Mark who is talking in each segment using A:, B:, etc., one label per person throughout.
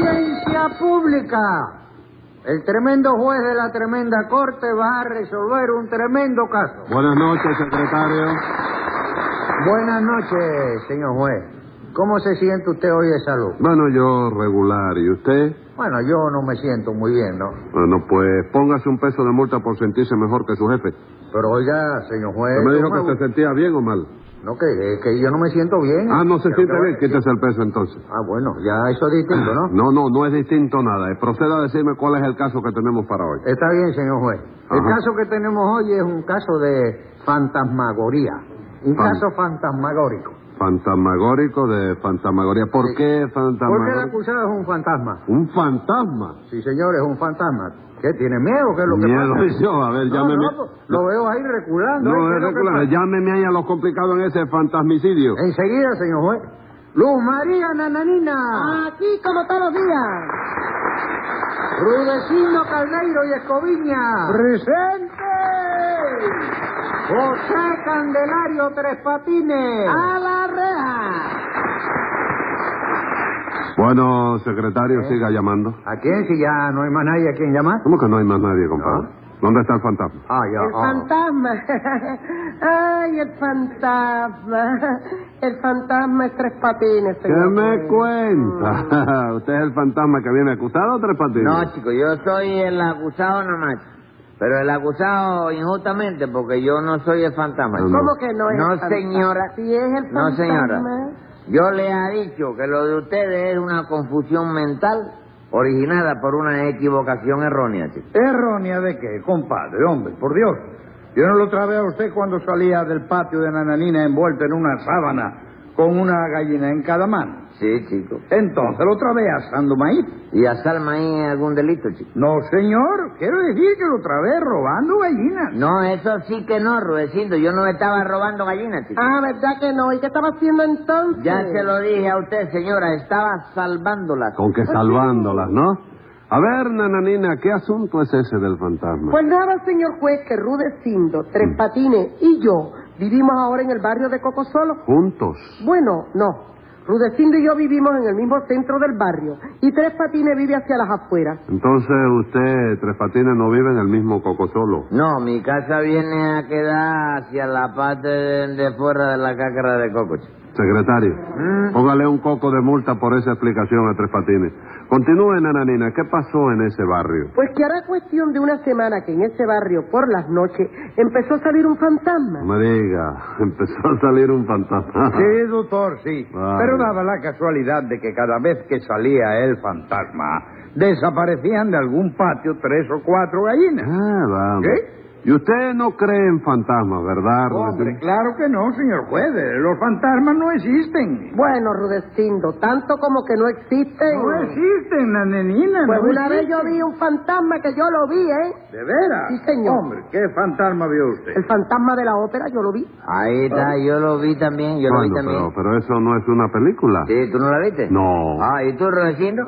A: seguridad pública. El tremendo juez de la tremenda corte va a resolver un tremendo caso.
B: Buenas noches, secretario.
A: Buenas noches, señor juez. ¿Cómo se siente usted hoy de salud?
B: Bueno, yo regular. ¿Y usted?
A: Bueno, yo no me siento muy bien, ¿no?
B: Bueno, pues póngase un peso de multa por sentirse mejor que su jefe.
A: Pero oiga, señor juez...
B: ¿Usted me dijo
A: ¿cómo
B: que
A: es
B: se sentía bien o mal?
A: usted? No, que, que yo no me siento bien.
B: Ah, no se
A: Pero
B: siente
A: que-
B: bien. Quítese el peso entonces.
A: Ah, bueno, ya eso es distinto, ¿no?
B: No, no, no es distinto nada. Eh, Proceda a decirme cuál es el caso que tenemos para hoy.
A: Está bien, señor juez. El
B: Ajá.
A: caso que tenemos hoy es un caso de fantasmagoría. Un
B: Fan-
A: caso fantasmagórico.
B: Fantasmagórico de fantasmagoría. ¿Por
A: Sí.
B: qué
A: Porque el
B: fantasmagórico?
A: acusado es un fantasma.
B: Un fantasma.
A: Sí, señor, es un fantasma. ¿Qué? ¿Tiene miedo? ¿Qué es lo que
B: Miedo
A: pasa?
B: yo. A ver,
A: No,
B: llámeme.
A: no, pues, lo veo ahí reculando. ¿eh?
B: No,
A: ¿Qué
B: es
A: lo que
B: regular.
A: pasa?
B: Llámeme ahí a lo complicado en ese fantasmicidio.
A: Eh. Enseguida, señor juez. Luz María Nananina,
B: Ah.
C: Aquí como todos los días.
A: Rudecindo Caldeiro y Escoviña,
C: Presente.
A: José Candelario Tres Patines.
C: A la reja.
B: Bueno,
A: Eh.
B: secretario, siga llamando.
A: ¿A quién? Si ya no hay más nadie a quien llamar.
B: ¿Cómo que no hay más nadie, compadre? ¿Dónde está el fantasma?
A: Ah, ya.
C: El
A: ah.
C: fantasma. Ay, el fantasma. El fantasma es tres patines.
B: ¿Qué
C: señor
B: me
C: juez.
B: cuenta? ¿Usted es el fantasma que viene acusado o tres patines?
D: No, chico, yo soy el acusado nomás. Pero el acusado injustamente, porque yo no soy el fantasma.
B: No, no.
C: ¿Cómo que no es
D: No,
C: el fantasma?
D: señora.
C: Si es el fantasma.
D: No, señora. Yo le ha dicho que lo de ustedes es una confusión mental originada por una equivocación errónea, chico.
E: ¿Errónea de qué, compadre? Hombre, por Dios. Yo no lo trabé a usted cuando salía del patio de Nananina envuelto en una sábana con una gallina en cada mano.
D: Sí, chico.
E: Entonces lo trabé asando maíz.
D: ¿Y a Salma ahí es algún delito, chico?
E: No, señor. Quiero decir que lo trabé robando gallinas.
D: No, eso sí que no, Rudecindo. Yo no estaba robando gallinas, chico.
C: Ah, ¿verdad que no? ¿Y qué estaba haciendo entonces?
D: Ya se lo dije a usted, señora. Estaba salvándolas.
B: Con que salvándolas, ¿no? A ver, nananina, ¿qué asunto es ese del fantasma?
C: Pues nada, señor juez, que Rudecindo,
B: Mm.
C: Tres Patines y yo vivimos ahora en el barrio de Cocosolo.
B: Juntos.
C: Bueno, no. Rudecindo y yo vivimos en el mismo centro del barrio y Tres Patines vive hacia las afueras.
B: Entonces usted, Tres Patines, no vive en el mismo cocosolo.
D: No, mi casa viene a quedar hacia la parte de, de fuera de la cácara de coco. chico.
B: Secretario, póngale un coco de multa por esa explicación a Tres Patines. Continúe, nananina, ¿qué pasó en ese barrio?
C: Pues que hará cuestión de una semana que en ese barrio por las noches empezó a salir un
B: No
C: fantasma.
B: me diga, empezó a salir un fantasma.
E: Sí, doctor, sí.
B: Vale.
E: Pero daba la casualidad de que cada vez que salía el fantasma, desaparecían de algún patio tres o cuatro gallinas.
B: Ah, vamos.
E: ¿Qué?
B: Y usted no cree en fantasmas, ¿verdad?
E: Hombre,
B: Rudecindo?
E: claro que no, señor juez. Los fantasmas no existen.
C: Bueno, Rudecindo, tanto como que no existen.
E: No existen, nanenina.
C: Pues
E: no
C: una vez yo
E: existen.
C: vi un fantasma que yo lo vi, ¿eh?
E: ¿De veras?
C: Sí, señor.
E: Hombre, ¿qué fantasma vio usted?
C: El fantasma de la ópera, yo lo vi.
D: Ahí está, yo lo vi también, yo lo vi
B: Ah. Bueno,
D: también.
B: pero, pero eso no es una película.
D: Sí, ¿tú no la viste?
B: No.
D: Ah, ¿y tú, Rudecindo?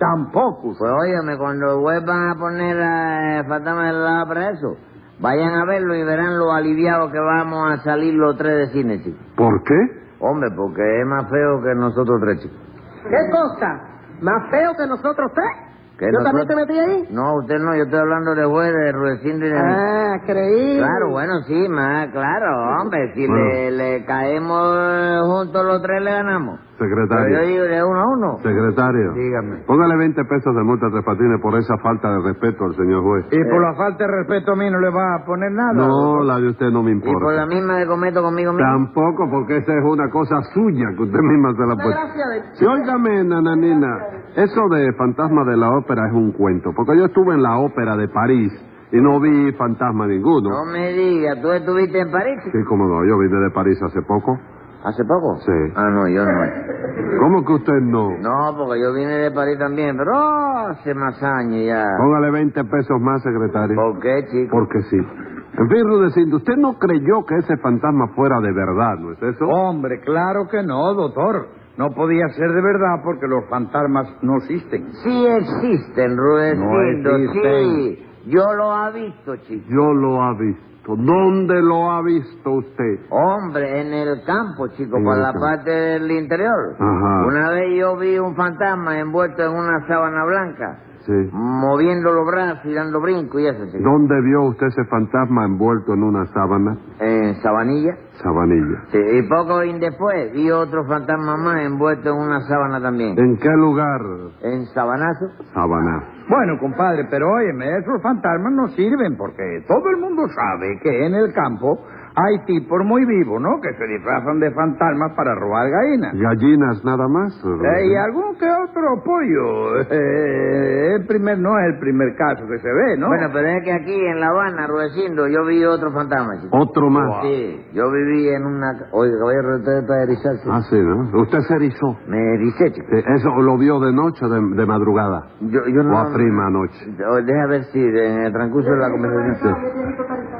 E: Tampoco.
D: Pues óyeme, cuando vuelvan a poner a eh, Fantasma de la para eso, vayan a verlo y verán lo aliviado que vamos a salir los tres de cine, chico.
B: ¿Por qué?
D: Hombre, porque es más feo que nosotros tres, chicos.
C: ¿Qué cosa? ¿Más feo que nosotros tres?
D: ¿Qué
C: ¿Yo también te
D: nosotros?
C: metí ahí?
D: No, usted no, yo estoy hablando de juez, de Rudecindo y de mí.
C: Ah, creí.
D: Claro, bueno, sí, más, claro, hombre, si
B: Bueno.
D: le, le caemos eh, juntos los tres le ganamos. Pero yo
B: Secretario.
D: digo de uno a uno.
B: Secretario.
A: Dígame.
B: Póngale 20 pesos de multa a Tres Patines por esa falta de respeto al señor juez.
E: Y por la falta de respeto a mí no le va a poner nada.
B: No, la de usted no me
D: Y por
B: importa.
D: la misma que cometo conmigo mismo.
B: Tampoco, porque esa es una cosa suya que usted misma se la
C: Una
B: puede.
C: gracia de-
B: Sí, óigame, nananina, eso de fantasma de la ópera es un cuento, porque yo estuve en la ópera de París y no vi fantasma ninguno.
D: No me digas, ¿tú estuviste en París?
B: Sí, cómo no, yo vine de París hace poco.
D: ¿Hace poco?
B: Sí.
D: Ah, no, yo no.
B: ¿Cómo que usted no?
D: No, porque yo vine de París también, pero oh, hace más años ya.
B: Póngale 20 pesos más, secretario.
D: ¿Por qué, chico?
B: Porque sí. En fin, Rudecindo, usted no creyó que ese fantasma fuera de verdad, ¿no es eso?
E: Hombre, claro que no, doctor. No podía ser de verdad porque los fantasmas no existen.
D: Sí existen, Rudecindo,
E: No existen.
D: sí. Yo lo he visto, chico.
B: Yo lo avisé. visto? ¿Dónde lo ha visto usted?
D: Hombre, en el campo, chico,
B: En
D: por
B: el
D: la
B: campo.
D: parte del interior.
B: Ajá.
D: Una vez yo vi un fantasma envuelto en una sábana blanca,
B: Sí.
D: moviendo los brazos y dando brincos y eso, chico.
B: ¿Dónde vio usted ese fantasma envuelto en una sábana?
D: En Sabanilla.
B: Sabanilla.
D: Sí, y poco y después vi otro fantasma más envuelto en una sábana también.
B: ¿En qué lugar?
D: En Sabanazo.
B: Sabana.
E: Bueno, compadre, pero óyeme, esos fantasmas no sirven porque todo el mundo sabe que en el campo hay tipos muy vivos, ¿no? Que se disfrazan de fantasmas para robar gallinas.
B: ¿Gallinas nada más?
E: Eh, y algún que otro pollo. Eh, el primer no es el primer caso que se ve, ¿no?
D: Bueno, pero es que aquí en La Habana, Rudecindo, yo vi otro fantasma, chico.
B: Otro más.
D: Sí, yo viví en una... Oye, caballero, usted está de erizarse.
B: Ah, sí, ¿no? Usted se erizó.
D: Me dice, chico.
B: Sí, Eh. Eso lo vio de noche, o de, de madrugada.
D: Yo, yo
B: O
D: no...
B: a prima noche.
D: Oye, Deja ver si de- en el transcurso de la conversación...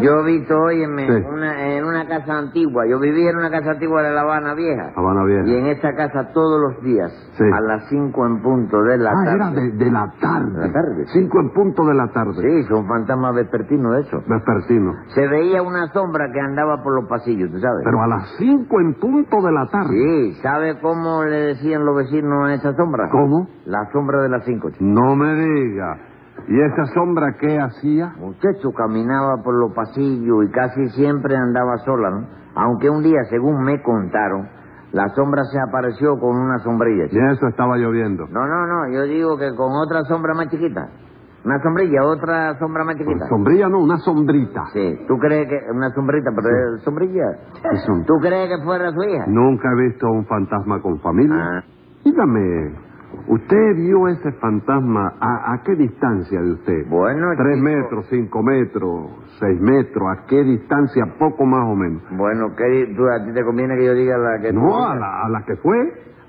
D: Yo he visto, óyeme,
B: Sí.
D: una, en una casa antigua. Yo vivía en una casa antigua de La Habana Vieja.
B: Habana
D: Y
B: Vieja.
D: en esa casa todos los días,
B: Sí.
D: a las cinco en punto de la
B: Ah,
D: tarde.
B: era de, de la tarde.
D: De la tarde, sí.
B: Cinco en punto de la tarde.
D: Sí, son fantasmas vespertinos, de eso.
B: Vespertino.
D: Se veía una sombra que andaba por los pasillos, ¿tú sabes?
B: Pero a las cinco en punto de la tarde.
D: Sí, ¿sabe cómo le decían los vecinos a esa sombra?
B: ¿Cómo?
D: La sombra de las cinco, chico.
B: No me diga. ¿Y esa sombra qué hacía?
D: Muchacho caminaba por los pasillos y casi siempre andaba sola, ¿no? Aunque un día, según me contaron, la sombra se apareció con una sombrilla,
B: Y
D: chico.
B: eso estaba lloviendo.
D: No, no, no, yo digo que con otra sombra más chiquita. Una sombrilla, otra sombra más chiquita.
B: Pues Sombrilla no, una sombrita.
D: Sí, ¿tú crees que... una sombrita, pero es sombrilla?
B: Sí, som-
D: ¿Tú crees que fuera su hija?
B: Nunca he visto un fantasma con familia.
D: Ah.
B: Dígame, ¿usted vio ese fantasma a, a qué distancia de usted?
D: Bueno,
B: ¿Tres
D: chico.
B: metros, cinco metros, seis metros? ¿A qué distancia? Poco más o menos.
D: Bueno, ¿qué, di- tú, ¿a ti te conviene que yo diga la que... tú
B: No, a
D: digas?
B: la, a la que fue.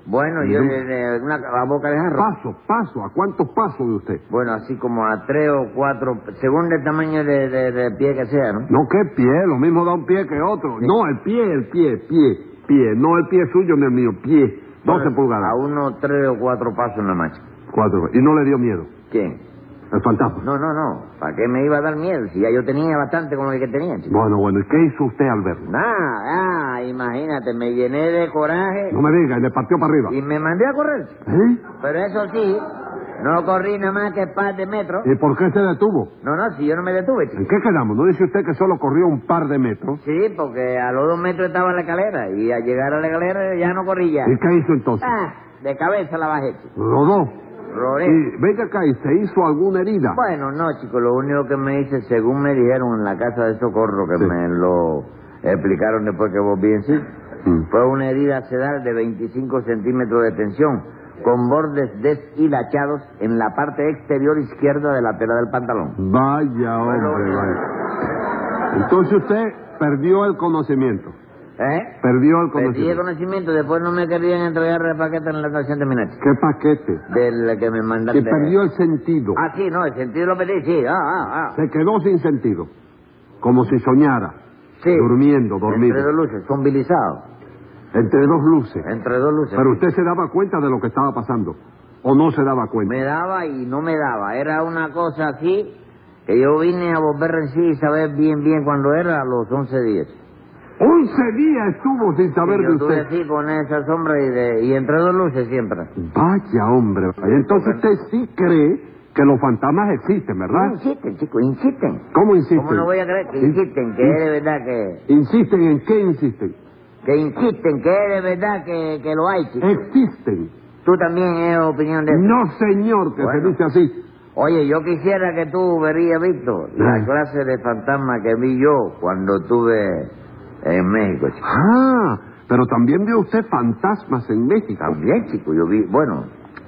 D: Bueno, yo...
B: No.
D: le- le- una, a boca de jarro.
B: Paso, paso. ¿A cuántos pasos de usted?
D: Bueno, así como a tres o cuatro, según el tamaño de, de- de pie que sea, ¿no?
B: No, qué pie, lo mismo da un pie que otro. No, el pie, el pie, pie, pie. No el pie suyo ni el mío, pie. 12
D: A
B: pulgadas.
D: uno, tres o cuatro pasos nada más.
B: Cuatro. Y no le dio miedo.
D: ¿Quién?
B: El fantasma.
D: No, no, no. ¿Para qué me iba a dar miedo? Si ya yo tenía bastante con lo que tenía, chico.
B: Bueno, bueno, ¿y qué hizo usted al verlo?
D: Ah, ah, imagínate, me llené de coraje
B: No me diga, y le partió para arriba.
D: y me mandé a correr. chico.
B: ¿Eh?
D: Pero eso sí, no corrí nada más que par de metros.
B: ¿Y por qué se detuvo?
D: No, no, si yo no me detuve, chico.
B: ¿En qué quedamos? ¿No dice usted que solo corrió un par de metros?
D: Sí, porque a los dos metros estaba la escalera y al llegar a la escalera ya no corrí ya.
B: ¿Y qué hizo entonces?
D: Ah, de cabeza la bajé, chico.
B: Rodó.
D: Rodé.
B: Y venga acá, ¿y se hizo alguna herida?
D: Bueno, no, chico, lo único que me hice, según me dijeron en la casa de socorro, que
B: Sí.
D: me lo explicaron después que volví en sí,
B: Mm.
D: fue una herida sedal de 25 centímetros de tensión, con bordes deshilachados en la parte exterior izquierda de la tela del pantalón.
B: Vaya, hombre, vaya. Entonces usted perdió el conocimiento.
D: ¿Eh?
B: Perdió el
D: Perdí el
B: conocimiento.
D: conocimiento, después no me querían entregar el paquete en la estación de Minach,
B: ¿Qué paquete?
D: del que me mandaste.
B: Que perdió el sentido.
D: Ah, sí, no, el sentido lo pedí, sí, ah, ah, ah.
B: Se quedó sin sentido. Como si soñara.
D: Sí.
B: Durmiendo,
D: Entre dos
B: dormido.
D: luces, zombilizado,
B: Entre dos luces.
D: entre dos luces.
B: Pero usted se daba cuenta de lo que estaba pasando. ¿O no se daba cuenta?
D: Pues Me daba y no me daba. Era una cosa así que yo vine a volver en sí y saber bien, bien cuándo era a los 11 días.
B: Once días estuvo sin saber
D: Y
B: de
D: yo estuve
B: usted.
D: así con esa sombra y, de, y entre dos luces siempre.
B: Vaya, hombre. Y entonces usted sí cree que los fantasmas existen,
D: No
B: ¿verdad?
D: insisten, chicos, insisten.
B: ¿Cómo insisten?
D: ¿Cómo no voy a creer que insisten? Que es de verdad que...
B: ¿Insisten en qué insisten?
D: Que insisten, que es de verdad que, que lo hay, chicos.
B: Existen.
D: Tú también es opinión de... eso.
B: Eh. No, señor, que se
D: Bueno.
B: dice así.
D: Oye, yo quisiera que tú verías, Víctor, la
B: Ah.
D: clase de fantasma que vi yo cuando estuve en México, chico.
B: Ah, pero también vio usted fantasmas en México.
D: También, chico, yo vi, bueno,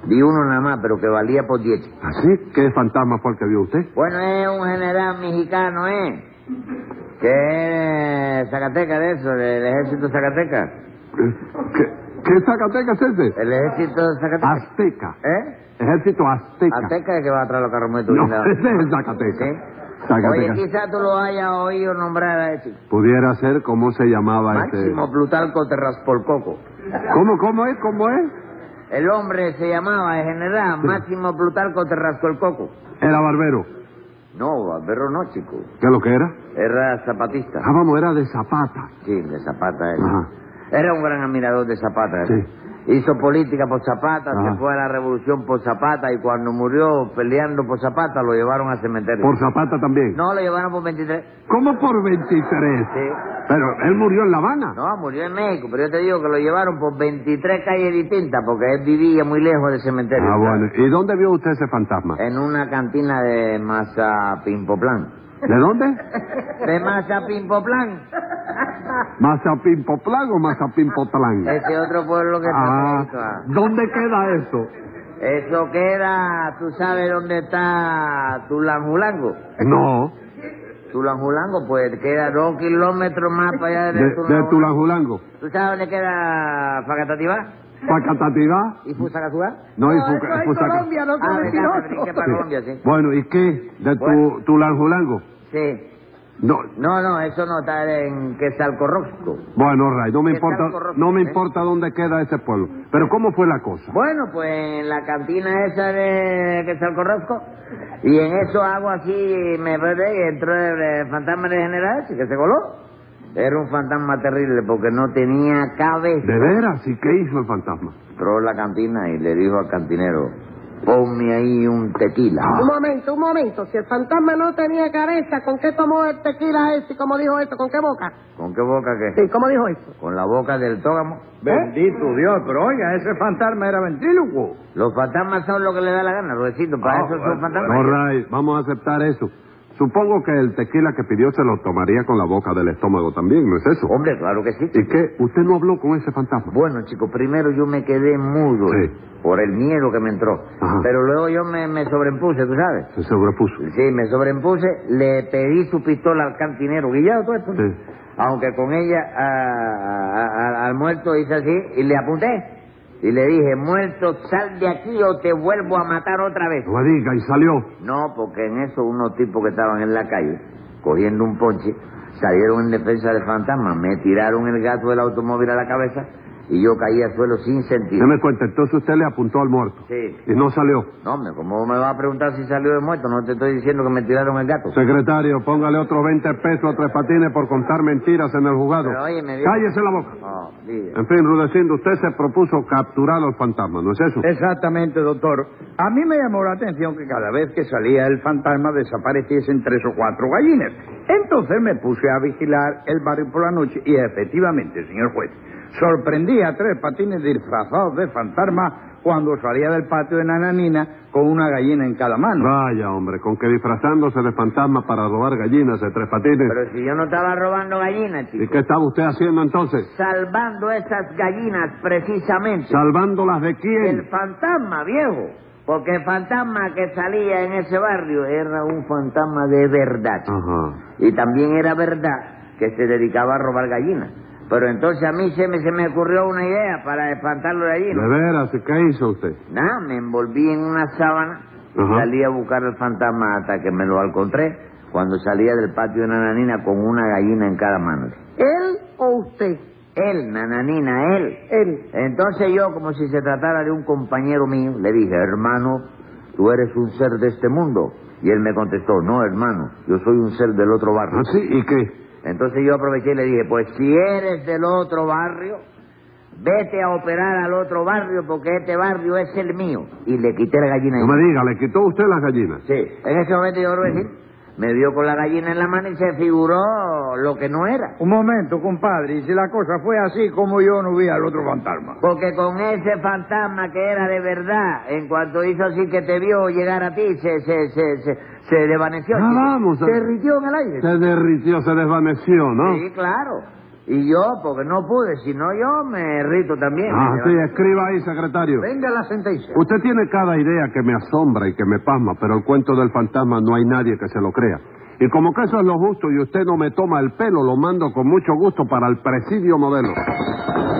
D: vi uno nada más, pero que valía por 10. chico.
B: ¿Así? ¿Qué fantasma fue el que vio usted?
D: Bueno, es un general mexicano, ¿eh? Que es de Zacatecas de eso, del ejército de Zacatecas.
B: ¿Qué, qué Zacatecas es ese?
D: El ejército de Zacatecas.
B: Azteca.
D: ¿Eh?
B: Ejército Azteca.
D: Azteca es que va atrás de los carros muy
B: Ah, No,
D: turindados.
B: ese es Zacatecas.
D: ¿Sí? Oye,
B: Zacatecas.
D: quizás tú lo hayas oído nombrar a ese.
B: Pudiera ser cómo se llamaba ese.
D: Máximo Plutarco Terraspolcoco.
B: ¿Cómo, cómo es? ¿Cómo es?
D: El hombre se llamaba el general Máximo Plutarco Terrascolcoco.
B: Era barbero.
D: No, Barberro no, chico.
B: ¿Qué es lo que era?
D: Era zapatista.
B: Ah, vamos, era de Zapata.
D: Sí, de Zapata. Era.
B: Ajá.
D: Era un gran admirador de Zapata. era.
B: Sí.
D: Hizo política por Zapata,
B: Ajá.
D: se fue a la revolución por Zapata y cuando murió peleando por Zapata lo llevaron al cementerio.
B: Por Zapata también.
D: No, lo llevaron por 23.
B: ¿Cómo por 23?
D: Sí.
B: Pero él murió en La Habana.
D: No, murió en México, pero yo te digo que lo llevaron por 23 calles distintas porque él vivía muy lejos del cementerio.
B: ah, bueno. ¿Y dónde vio usted ese fantasma?
D: En una cantina de Mazapimpoplan.
B: ¿De dónde?
D: ¿De Mazapimpoplan?
B: ¿Mazapimpoplán o Mazapimpotlán?
D: Ese otro pueblo que está
B: Ah,
D: junto a-
B: ¿dónde queda eso?
D: Eso queda, tú sabes dónde está Tulanjulango.
B: No,
D: Tulanjulango, pues queda dos kilómetros más para allá
B: de,
D: de,
B: de
D: Tulanjulango.
B: Tulanjulango.
D: ¿Tú sabes dónde queda Facatativá
B: ¿Pacatatibá?
D: y Fusagasugá?
B: No, y
C: No,
B: Fuca-
C: eso es
B: Fusaca-
C: Colombia, no
D: Ah, de
C: mentiroso.
D: Catarina, para Colombia, sí.
B: Bueno, ¿y qué? ¿De tu,
D: Bueno.
B: Tulanjulango?
D: Sí.
B: No,
D: No, no, eso no está en Quesalcorrosco.
B: bueno, Ray, no me
D: Que
B: importa,
D: salgo rojo,
B: no me
D: ¿eh?
B: importa dónde queda ese pueblo. Pero ¿cómo fue la cosa?
D: Bueno, pues en la cantina esa de Quesalcorrosco, y en eso hago así, me perdí y entró el, eh, fantasma de general, que se coló. Era un fantasma terrible porque no tenía cabeza.
B: ¿De veras? ¿Y qué hizo el fantasma?
D: entró a la cantina y le dijo al cantinero, ponme ahí un tequila.
C: Un momento, un momento. Si el fantasma no tenía cabeza, ¿con qué tomó el tequila ese? ¿Cómo dijo eso? ¿Con qué boca?
D: ¿Con qué boca que?
C: Sí, ¿cómo dijo eso?
D: Con la boca del tógamo. ¿Eh?
E: Bendito Dios, pero oiga, ese fantasma era ventrílocuo.
D: Los fantasmas son lo que le da la gana, Rudecito, para
E: Ah,
D: eso son
E: bueno,
D: fantasmas.
B: No, Ray, vamos a aceptar eso. Supongo que el tequila que pidió se lo tomaría con la boca del estómago también, ¿no es eso?
D: Hombre, claro que sí.
B: ¿Y qué? ¿Usted no habló con ese fantasma?
D: Bueno, chicos, primero yo me quedé mudo
B: Sí.
D: por el miedo que me entró.
B: Ajá.
D: Pero luego yo me, me sobrepuse, ¿tú sabes?
B: Se sobrepuso.
D: Sí, me sobrepuse, le pedí su pistola al cantinero, guillado todo esto.
B: Sí.
D: Aunque con ella a- a- a- al muerto hice así y le apunté. Y le dije, muerto, sal de aquí o te vuelvo a matar otra vez.
B: No me diga, y salió.
D: No, porque en eso unos tipos que estaban en la calle, cogiendo un ponche, salieron en defensa del fantasma, me tiraron el gato del automóvil a la cabeza y yo caí al suelo sin sentido.
B: Deme cuenta, entonces usted le apuntó al muerto.
D: Sí.
B: Y no salió.
D: No, hombre, ¿cómo me va a preguntar si salió de muerto? No te estoy diciendo que me tiraron el gato.
B: Secretario, póngale otros 20 pesos a Tres Patines por contar mentiras en el juzgado.
D: Pero, oye, me dio-
B: Cállese la boca.
D: No, sí.
B: En fin, Rudecindo, usted se propuso capturar al fantasma, ¿no es eso?
E: Exactamente, doctor. A mí me llamó la atención que cada vez que salía el fantasma desapareciesen tres o cuatro gallinas. Entonces me puse a vigilar el barrio por la noche y efectivamente, señor juez, sorprendí a tres patines disfrazados de fantasma cuando salía del patio de Nananina con una gallina en cada mano.
B: Vaya, hombre, con que disfrazándose de fantasma para robar gallinas de Tres Patines.
D: Pero si yo no estaba robando gallinas,
B: ¿Y
D: chico.
B: qué estaba usted haciendo entonces?
D: Salvando esas gallinas precisamente.
B: ¿Salvándolas de quién?
D: El fantasma, viejo. Porque el fantasma que salía en ese barrio era un fantasma de verdad. chico.
B: Ajá.
D: Y también era verdad que se dedicaba a robar gallinas. Pero entonces a mí se me, se me ocurrió una idea para espantarlo de allí.
B: ¿De veras? ¿Y qué hizo usted?
D: Nada, me envolví en una sábana y
B: Ajá.
D: salí a buscar al fantasma hasta que me lo encontré cuando salía del patio de Nananina con una gallina en cada mano.
C: ¿Él o usted?
D: Él, Nananina, él.
C: Él.
D: Entonces yo, como si se tratara de un compañero mío, le dije, hermano, tú eres un ser de este mundo. Y él me contestó, no, hermano, yo soy un ser del otro barrio.
B: ¿Ah, sí? ¿Y qué?
D: Entonces yo aproveché y le dije, pues si eres del otro barrio, vete a operar al otro barrio porque este barrio es el mío. Y le quité la gallina.
B: No me diga, ¿le quitó usted las gallinas?
D: Sí, en ese momento yo lo voy a decir,
B: Mm.
D: me vio con la gallina en la mano y se figuró lo que no era.
E: Un momento, compadre, y si la cosa fue así, como yo no vi al otro fantasma?
D: Porque con ese fantasma que era de verdad, en cuanto hizo así que te vio llegar a ti, se, se, se, se, se desvaneció.
B: Ah,
D: chico.
B: vamos,
D: se
B: ah.
D: derritió en el aire.
B: Se derritió, se desvaneció, ¿no?
D: Sí, claro. Y yo, porque no pude, si no yo me irrito también.
B: Ah,
D: Me
B: sí,
D: levanté.
B: escriba ahí, secretario.
A: Venga la sentencia.
B: Usted tiene cada idea que me asombra y que me pasma, pero el cuento del fantasma no hay nadie que se lo crea. Y como que eso es lo justo y usted no me toma el pelo, lo mando con mucho gusto para el presidio modelo.